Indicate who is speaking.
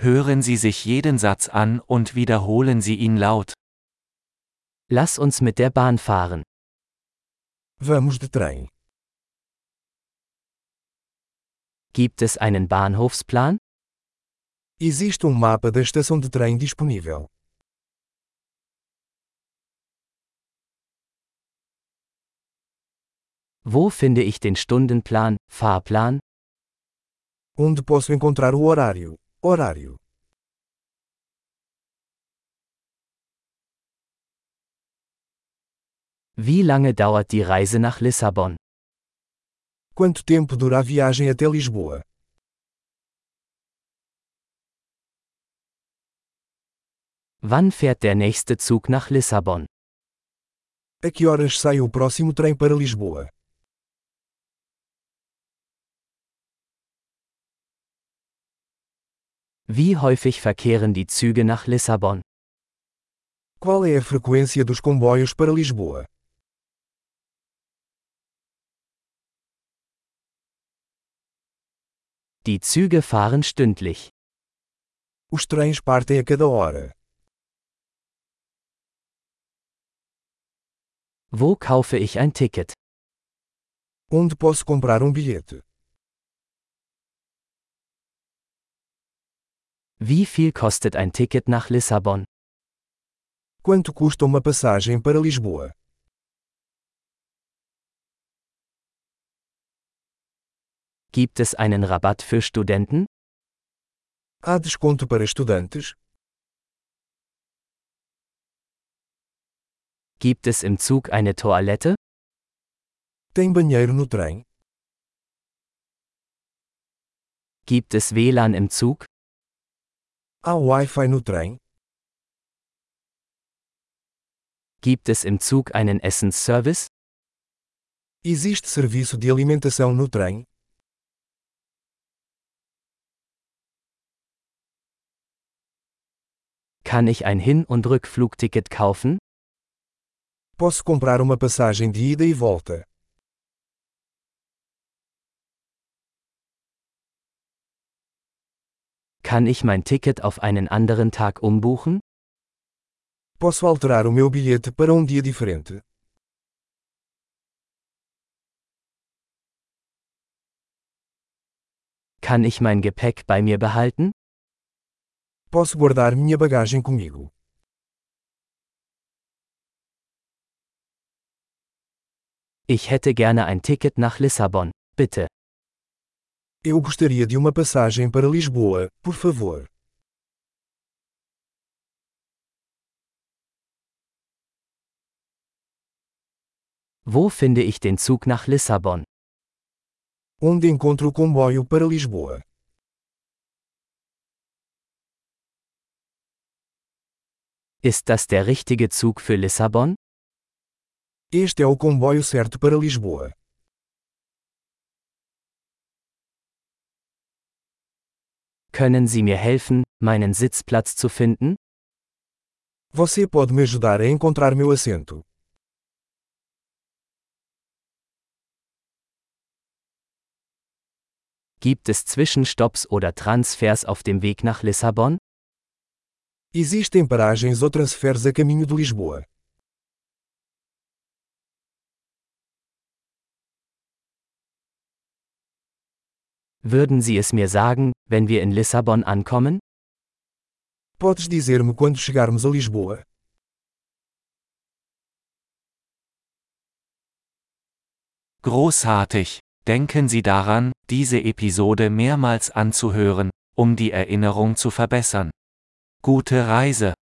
Speaker 1: Hören Sie sich jeden Satz an und wiederholen Sie ihn laut.
Speaker 2: Lass uns mit der Bahn fahren.
Speaker 3: Vamos de trem.
Speaker 2: Gibt es einen Bahnhofsplan?
Speaker 3: Existe um mapa da estação de trem disponível.
Speaker 2: Wo finde ich den Stundenplan, Fahrplan?
Speaker 3: Onde posso encontrar o horário? Horário.
Speaker 2: Wie lange dauert die Reise nach Lissabon?
Speaker 3: Quanto tempo dura a viagem até Lisboa?
Speaker 2: Wann fährt der nächste Zug nach Lissabon?
Speaker 3: A que horas sai o próximo trem para Lisboa?
Speaker 2: Wie häufig verkehren die Züge nach Lissabon?
Speaker 3: Qual é a frequência dos comboios para Lisboa?
Speaker 2: Die Züge fahren stündlich.
Speaker 3: Os trens partem a cada hora.
Speaker 2: Wo kaufe ich ein Ticket?
Speaker 3: Onde posso comprar um bilhete?
Speaker 2: Wie viel kostet ein Ticket nach Lissabon?
Speaker 3: Quanto custa uma passagem para Lisboa?
Speaker 2: Gibt es einen Rabatt für Studenten?
Speaker 3: Há desconto para estudantes?
Speaker 2: Gibt es im Zug eine Toilette?
Speaker 3: Tem banheiro no trem?
Speaker 2: Gibt es WLAN im Zug?
Speaker 3: Há Wi-Fi no trem?
Speaker 2: Gibt es im Zug einen Essensservice?
Speaker 3: Existe serviço de alimentação no trem?
Speaker 2: Kann ich ein Hin- und Rückflugticket kaufen?
Speaker 3: Posso comprar uma passagem de ida e volta?
Speaker 2: Kann ich mein Ticket auf einen anderen Tag umbuchen?
Speaker 3: Posso alterar o meu bilhete para um dia diferente?
Speaker 2: Kann ich mein Gepäck bei mir behalten?
Speaker 3: Posso guardar minha bagagem comigo?
Speaker 2: Ich hätte gerne ein Ticket nach Lissabon, bitte.
Speaker 3: Eu gostaria de uma passagem para Lisboa, por favor.
Speaker 2: Wo finde ich den Zug nach Lissabon?
Speaker 3: Onde encontro o comboio para Lisboa?
Speaker 2: Ist das der richtige Zug für Lissabon?
Speaker 3: Este é o comboio certo para Lisboa.
Speaker 2: Können Sie mir helfen, meinen Sitzplatz zu finden?
Speaker 3: Você pode me ajudar a encontrar meu assento.
Speaker 2: Gibt es Zwischenstopps oder Transfers auf dem Weg nach Lissabon?
Speaker 3: Existem paragens ou transferes a caminho de Lisboa.
Speaker 2: Würden Sie es mir sagen, wenn wir in Lissabon ankommen?
Speaker 3: Podes dizer-me quando chegarmos a Lisboa?
Speaker 1: Großartig! Denken Sie daran, diese Episode mehrmals anzuhören, um die Erinnerung zu verbessern. Gute Reise!